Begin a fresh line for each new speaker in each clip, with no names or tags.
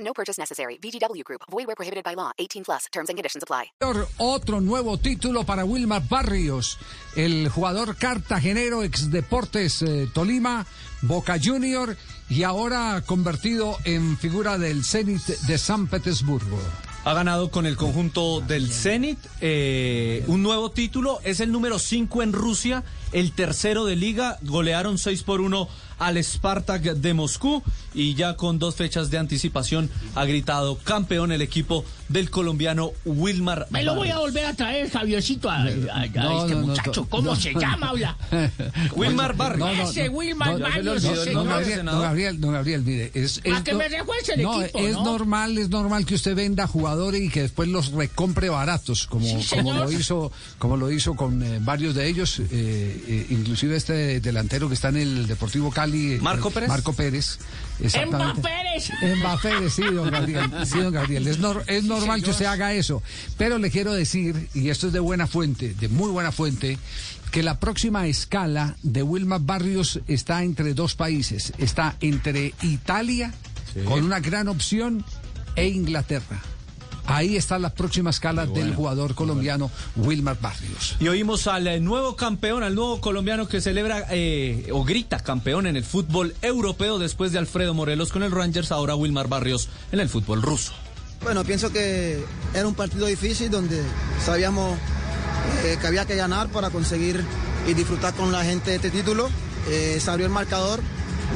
No purchase necessary. VGW Group. Void where prohibited by law. 18 plus. Terms and conditions apply.
Otro nuevo título para Wilmar Barrios, el jugador cartagenero ex Deportes eh, Tolima, Boca Junior y ahora convertido en figura del Zenit de San Petersburgo.
Ha ganado con el conjunto del Zenit eh, un nuevo título. Es el número 5 en Rusia, el tercero de liga. Golearon 6 por 1 al Spartak de Moscú y ya con dos fechas de anticipación ha gritado campeón el equipo del colombiano Wilmar.
Me lo voy a volver a traer, Javiercito, a, a- a
no,
este
no,
muchacho.
no,
¿Cómo
no.
se llama, habla?
Wilmar Barrios.
No, no,
Ese
no,
Wilmar
no,
Barrios,
no,
sí,
no,
señor.
Gabriel, no, Gabriel, no, Gabriel, mire, es,
A
es
que
no-
me refuerce el
no,
equipo,
es
¿no?
normal, es normal que usted venda jugadores y que después los recompre baratos, como,
Sí,
como
señor.
lo hizo, como lo hizo con eh, varios de ellos, eh, eh, inclusive este delantero que está en el Deportivo Cali, eh,
Marco Pérez.
Marco Pérez, exactamente. Em-
Mbappé Pérez.
Mbappé, sí, don Gabriel. Sí, don Gabriel. Es, nor- es normal que usted haga eso. Pero le quiero decir, y esto es de buena fuente, de muy buena fuente, que la próxima escala de Wilma Barrios está entre dos países. Está entre Italia, con una gran opción, e Inglaterra. Ahí está la próxima escala del jugador colombiano Wilmar Barrios.
Y oímos al eh, nuevo campeón, al nuevo colombiano que celebra eh, o grita campeón en el fútbol europeo después de Alfredo Morelos con el Rangers, ahora Wilmar Barrios en el fútbol ruso.
Bueno, pienso que era un partido difícil donde sabíamos eh, que había que ganar para conseguir y disfrutar con la gente de este título. Eh, se abrió el marcador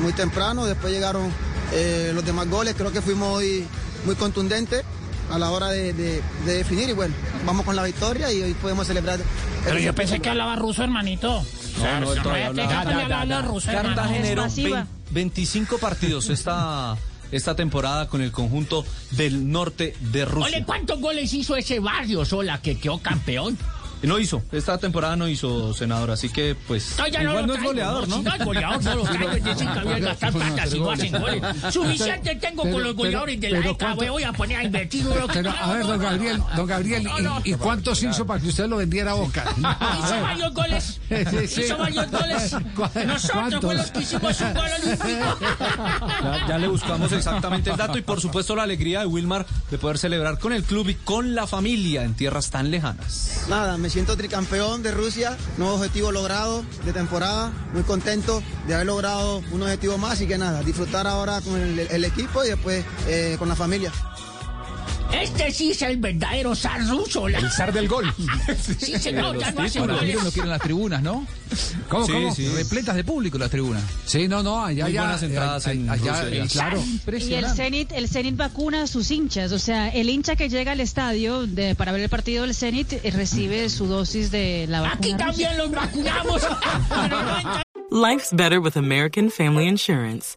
muy temprano, después llegaron eh, los demás goles, creo que fuimos hoy muy contundentes a la hora de, de- de definir y bueno, vamos con la victoria y hoy podemos celebrar.
Pero yo pensé que hablaba ruso, hermanito. Ah,
No, no, él todavía
Cállate,
hablaba.
cállate, habla ruso, hermano.
Cartagenero,
Es masiva.
20 25 partidos esta, esta temporada con el conjunto del norte de
Ole,
Rusia.
¿cuántos goles hizo ese Barrios, Sola, que quedó campeón?
No hizo, esta temporada no hizo, senador, así que pues
No, ya no,
igual
lo
no es
traigo,
goleador, ¿no?
Si no es goleador, no lo traigo. Dicen que había que gastar plata si no hacen goles. Suficiente tengo
pero-
con los goleadores de
pero-
la
pero
ECA,
¿cuánto-
güey, voy a poner a invertir.
Pero, a ver, don Gabriel, don Gabriel,
No, no.
¿y, y cuántos hizo para que usted lo vendiera a Boca? A
Hizo
ver.
varios goles.
Ah. Sí, sí.
Hizo varios goles.
¿Cuál-
Nosotros
cuántos?
fue los que hicimos un gol olímpico.
Ya, ya le buscamos exactamente el dato y por supuesto la alegría de Wilmar de poder celebrar con el club y con la familia en tierras tan lejanas.
Nada, me siento tricampeón de Rusia, nuevo objetivo logrado de temporada, muy contento de haber logrado un objetivo más y que nada, disfrutar ahora con el, el equipo y después eh, con la familia.
Este sí es el verdadero zar ruso. la-
El zar del gol.
Sí, señor, ya no hace
Bueno,
goles.
miren lo que eran las tribunas, ¿no?
¿Cómo,
Sí,
cómo?
sí.
Repletas de público las tribunas.
Sí, no, no, allá eh,
Muy
ya.
buenas entradas en Rusia, ya.
eh, claro.
Y el
Impresionante.
Zenit, el Zenit vacuna a sus hinchas, o sea, el hincha que llega al estadio de- para ver el partido del Zenit eh, recibe su dosis de la vacuna.
Aquí
rusa.
también los vacunamos. Pero no entra-
Life's better with American Family Insurance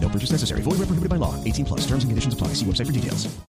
No purchase necessary. Void where prohibited by law. 18 plus. Terms and conditions apply. See website for details.